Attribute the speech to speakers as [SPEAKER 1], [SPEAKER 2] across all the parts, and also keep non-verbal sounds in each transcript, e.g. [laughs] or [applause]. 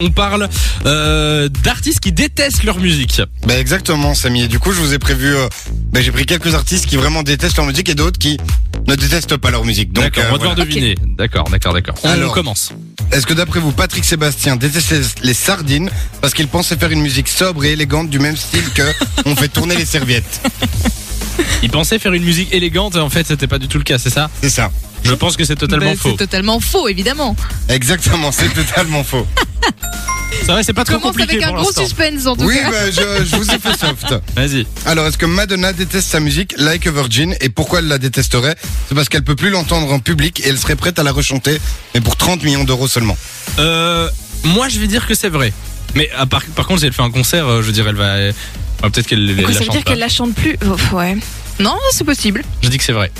[SPEAKER 1] On parle euh, d'artistes qui détestent leur musique.
[SPEAKER 2] Bah exactement Samy, et du coup je vous ai prévu, euh, bah, j'ai pris quelques artistes qui vraiment détestent leur musique et d'autres qui ne détestent pas leur musique. Donc
[SPEAKER 1] D'accord,
[SPEAKER 2] euh,
[SPEAKER 1] on va
[SPEAKER 2] voilà.
[SPEAKER 1] devoir deviner. D'accord, d'accord, d'accord. On
[SPEAKER 2] Alors.
[SPEAKER 1] commence.
[SPEAKER 2] est-ce que d'après vous Patrick Sébastien déteste les, les sardines parce qu'il pensait faire une musique sobre et élégante du même style que on fait tourner les serviettes
[SPEAKER 1] Il pensait faire une musique élégante et en fait c'était pas du tout le cas, c'est ça
[SPEAKER 2] C'est ça.
[SPEAKER 1] Je pense que c'est totalement
[SPEAKER 3] Bah,
[SPEAKER 1] faux.
[SPEAKER 3] C'est totalement faux, évidemment.
[SPEAKER 2] Exactement, c'est totalement faux.
[SPEAKER 1] C'est vrai, c'est pas trop
[SPEAKER 3] Commence
[SPEAKER 1] compliqué
[SPEAKER 3] avec un
[SPEAKER 1] pour
[SPEAKER 3] gros
[SPEAKER 1] l'instant.
[SPEAKER 3] suspense en tout
[SPEAKER 2] Oui,
[SPEAKER 3] cas.
[SPEAKER 2] bah, je, je vous ai fait soft.
[SPEAKER 1] Vas-y.
[SPEAKER 2] Alors est-ce que Madonna déteste sa musique Like a Virgin et pourquoi elle la détesterait C'est parce qu'elle peut plus l'entendre en public et elle serait prête à la rechanter, mais pour 30 millions d'euros seulement.
[SPEAKER 1] Euh, moi je vais dire que c'est vrai. Mais à par, par contre, si elle fait un concert, euh, je dirais, elle va. euh, ah, Peut-être qu'elle elle
[SPEAKER 4] Quoi,
[SPEAKER 1] la
[SPEAKER 4] ça veut
[SPEAKER 1] chante
[SPEAKER 4] dire
[SPEAKER 1] pas.
[SPEAKER 4] qu'elle la chante plus Oh, Ouais.
[SPEAKER 3] Non, c'est possible.
[SPEAKER 1] Je dis que c'est vrai.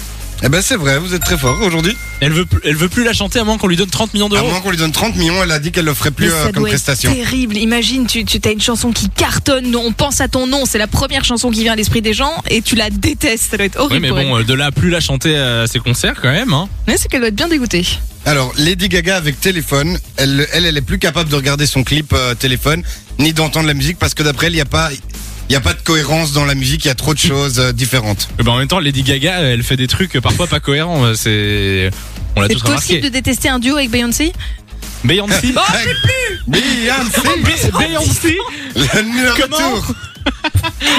[SPEAKER 2] Eh ben c'est vrai, vous êtes très fort aujourd'hui.
[SPEAKER 1] Elle veut, plus- elle veut plus la chanter à moins qu'on lui donne 30 millions
[SPEAKER 2] À
[SPEAKER 1] d'euros.
[SPEAKER 2] moins qu'on lui donne 30 millions, elle a dit qu'elle le ferait plus
[SPEAKER 4] Mais ça
[SPEAKER 2] euh,
[SPEAKER 4] doit
[SPEAKER 2] comme
[SPEAKER 4] être
[SPEAKER 2] prestation.
[SPEAKER 4] terrible. Imagine, tu, tu as une chanson qui cartonne, on pense à ton nom, c'est la première chanson qui vient à l'esprit des gens et tu la détestes. Ça doit être horrible.
[SPEAKER 1] Oui, mais
[SPEAKER 4] pour elle.
[SPEAKER 1] bon, euh, de là à plus la chanter à ses concerts quand même. Hein.
[SPEAKER 3] Mais c'est qu'elle doit être bien dégoûtée.
[SPEAKER 2] Alors, Lady Gaga avec téléphone, elle, elle, elle est plus capable de regarder son clip euh, téléphone, ni d'entendre la musique, parce que d'après elle, il n'y a pas... Il n'y a pas de cohérence dans la musique, il y a trop de choses euh, différentes. [laughs]
[SPEAKER 1] Mais bon, Eh ben, en même temps, Lady Gaga, elle fait des trucs euh, parfois pas cohérents. euh, C'est. On l'a
[SPEAKER 4] C'est
[SPEAKER 1] tous
[SPEAKER 4] possible Oh,
[SPEAKER 1] remarqué.
[SPEAKER 4] de détester un duo avec Beyoncé
[SPEAKER 1] Beyoncé.
[SPEAKER 2] Beyoncé,
[SPEAKER 1] Bé-
[SPEAKER 4] Oh,
[SPEAKER 1] Beyoncé
[SPEAKER 2] le numéro
[SPEAKER 1] Comment
[SPEAKER 2] tour.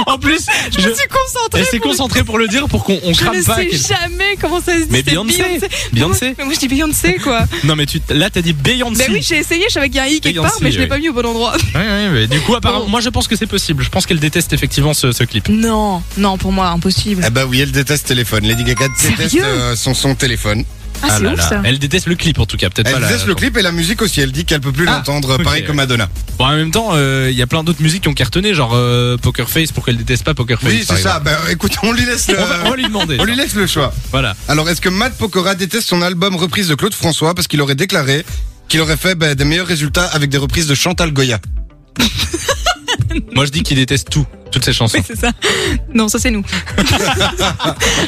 [SPEAKER 1] En plus, je-
[SPEAKER 4] suis concentrée.
[SPEAKER 1] elle s'est concentrée pour le dire pour qu'on on
[SPEAKER 4] Je
[SPEAKER 1] crame
[SPEAKER 4] ne
[SPEAKER 1] pas.
[SPEAKER 4] sais
[SPEAKER 1] qu'elle-
[SPEAKER 4] jamais comment ça se dit.
[SPEAKER 1] Mais
[SPEAKER 4] c'est
[SPEAKER 1] Beyoncé. Beyoncé
[SPEAKER 4] Mais Moi je dis Beyoncé quoi.
[SPEAKER 1] Non mais tu, là t'as dit Beyoncé.
[SPEAKER 4] ben oui, j'ai essayé, je savais qu'il y a un i quelque part,
[SPEAKER 1] Beyoncé,
[SPEAKER 4] mais je l'ai
[SPEAKER 1] oui.
[SPEAKER 4] pas mis au bon endroit.
[SPEAKER 1] Ouais, ouais, mais du coup apparemment,
[SPEAKER 4] Bon.
[SPEAKER 1] moi je pense que c'est possible. Je pense qu'elle déteste effectivement ce, ce clip.
[SPEAKER 4] Non, non, pour moi, impossible.
[SPEAKER 2] Eh ben oui, elle déteste téléphone. Lady Gaga déteste
[SPEAKER 4] Sérieux
[SPEAKER 2] euh, son son téléphone.
[SPEAKER 4] Ah, c'est
[SPEAKER 1] là
[SPEAKER 4] ouf
[SPEAKER 1] là.
[SPEAKER 4] ça.
[SPEAKER 1] Elle déteste le clip en tout cas, peut-être
[SPEAKER 2] Elle
[SPEAKER 1] pas la-
[SPEAKER 2] déteste le clip et la musique aussi. Elle dit qu'elle peut plus
[SPEAKER 1] Ah,
[SPEAKER 2] l'entendre, euh,
[SPEAKER 1] ok,
[SPEAKER 2] pareil que
[SPEAKER 1] ouais.
[SPEAKER 2] Madonna.
[SPEAKER 1] Bon, en même temps, euh, il y a plein d'autres musiques qui ont cartonné, genre euh, Poker Face, pour qu'elle déteste pas Poker Face.
[SPEAKER 2] Oui,
[SPEAKER 1] par
[SPEAKER 2] c'est ça.
[SPEAKER 1] exemple.
[SPEAKER 2] Ben, écoute, on lui
[SPEAKER 1] [laughs]
[SPEAKER 2] laisse le,
[SPEAKER 1] On, va- on va lui demander.
[SPEAKER 2] on lui
[SPEAKER 1] ça.
[SPEAKER 2] laisse le choix.
[SPEAKER 1] Voilà.
[SPEAKER 2] Alors, est-ce que Matt Pokora déteste son album reprise de Claude François parce qu'il aurait déclaré qu'il aurait fait ben, des meilleurs résultats avec des reprises de Chantal Goya
[SPEAKER 1] Moi je dis qu'il déteste tout, toutes ces chansons.
[SPEAKER 4] [laughs] Oui, c'est ça. Non,
[SPEAKER 1] [laughs]
[SPEAKER 4] ça c'est nous.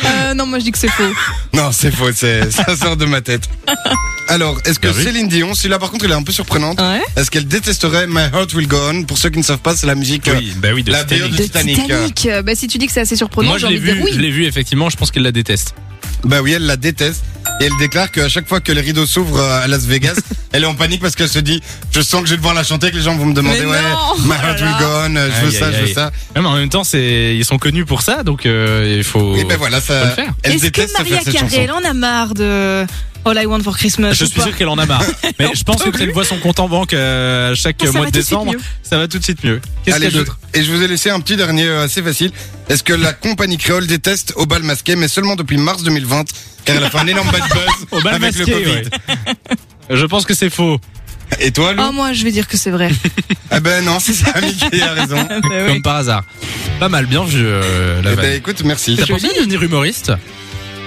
[SPEAKER 4] Euh, non, moi je dis que c'est faux.
[SPEAKER 2] Non, c'est faux, c'est [laughs] ça sort de ma tête. Alors, est-ce que
[SPEAKER 1] Bien vu.
[SPEAKER 2] Céline Dion, celui-là par contre, elle est un peu surprenante,
[SPEAKER 4] Ouais.
[SPEAKER 2] est-ce qu'elle détesterait My Heart Will Go On Pour ceux qui ne savent pas, c'est la musique. euh,
[SPEAKER 1] Oui, bah oui, de
[SPEAKER 2] La
[SPEAKER 1] Titanic.
[SPEAKER 2] Beyoncé.
[SPEAKER 4] De
[SPEAKER 2] Titanic.
[SPEAKER 4] Titanic. euh, Bah, si tu dis que c'est assez surprenant,
[SPEAKER 1] Moi je
[SPEAKER 4] j'ai
[SPEAKER 1] l'ai
[SPEAKER 4] envie de
[SPEAKER 1] vu,
[SPEAKER 4] dire
[SPEAKER 1] je
[SPEAKER 4] oui.
[SPEAKER 1] l'ai vu effectivement, je pense qu'elle la déteste.
[SPEAKER 2] Bah oui, elle la déteste. Et elle déclare qu'à chaque fois que les rideaux s'ouvrent euh, à
[SPEAKER 1] [laughs]
[SPEAKER 2] Las Vegas, elle est en panique parce qu'elle se dit Je sens que je vais devoir la chanter, que les gens vont me demander
[SPEAKER 4] Mais
[SPEAKER 2] Ouais,
[SPEAKER 4] non Oh
[SPEAKER 2] My Heart Will Go On, euh, je veux
[SPEAKER 1] Aïe,
[SPEAKER 2] ça,
[SPEAKER 1] aïe,
[SPEAKER 2] je veux
[SPEAKER 1] aïe.
[SPEAKER 2] ça.
[SPEAKER 1] Ouais, mais en même temps, c'est ils sont connus pour ça, donc euh, il faut.
[SPEAKER 2] Et ben voilà,
[SPEAKER 1] Faut le
[SPEAKER 2] ça.
[SPEAKER 1] faire.
[SPEAKER 2] Elle
[SPEAKER 4] Est-ce que
[SPEAKER 2] déteste ça
[SPEAKER 4] Maria
[SPEAKER 2] faire cette chanson.
[SPEAKER 4] Carey, elle en a marre de All I Want for Christmas
[SPEAKER 1] Je
[SPEAKER 4] ou
[SPEAKER 1] suis
[SPEAKER 4] pas
[SPEAKER 1] sûr qu'elle en a
[SPEAKER 4] [laughs]
[SPEAKER 1] marre. Mais je pense que quand elle voit son compte en banque euh, chaque
[SPEAKER 4] Ah, ça
[SPEAKER 1] mois
[SPEAKER 4] va
[SPEAKER 1] de
[SPEAKER 4] tout de suite
[SPEAKER 1] décembre,
[SPEAKER 4] mieux.
[SPEAKER 1] ça va tout de suite mieux. Qu'est-ce
[SPEAKER 2] Allez,
[SPEAKER 1] qu'il y a
[SPEAKER 2] je-
[SPEAKER 1] d'autre
[SPEAKER 2] Et je vous ai laissé un petit dernier euh, assez facile. Est-ce que la compagnie créole déteste au bal masqué, mais seulement depuis mars 2020, car elle a fait un énorme bad
[SPEAKER 1] [laughs]
[SPEAKER 2] buzz
[SPEAKER 1] Au bal
[SPEAKER 2] avec
[SPEAKER 1] masqué,
[SPEAKER 2] le Covid.
[SPEAKER 1] ouais. Je pense que c'est faux.
[SPEAKER 4] [laughs]
[SPEAKER 2] Et toi, Lou
[SPEAKER 4] Ah, moi, je vais dire que c'est vrai.
[SPEAKER 1] Ah,
[SPEAKER 2] Eh ben non, c'est ça, Mickey
[SPEAKER 1] [laughs]
[SPEAKER 2] a raison.
[SPEAKER 4] Ah, bah ouais.
[SPEAKER 1] Comme par hasard. Pas mal, bien vu euh, la
[SPEAKER 2] Eh ben
[SPEAKER 1] vanne.
[SPEAKER 2] écoute, merci.
[SPEAKER 1] T'as pensé à devenir humoriste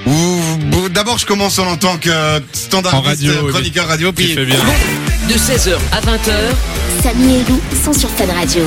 [SPEAKER 2] Ouh, bon, D'abord, je commence en tant que euh, standardiste,
[SPEAKER 1] En radio,
[SPEAKER 2] euh,
[SPEAKER 1] oui.
[SPEAKER 2] chroniqueur radio,
[SPEAKER 1] Tu
[SPEAKER 2] puis
[SPEAKER 1] fais bien.
[SPEAKER 5] De 16h à 20h,
[SPEAKER 6] Samy et Lou sont sur Fun Radio.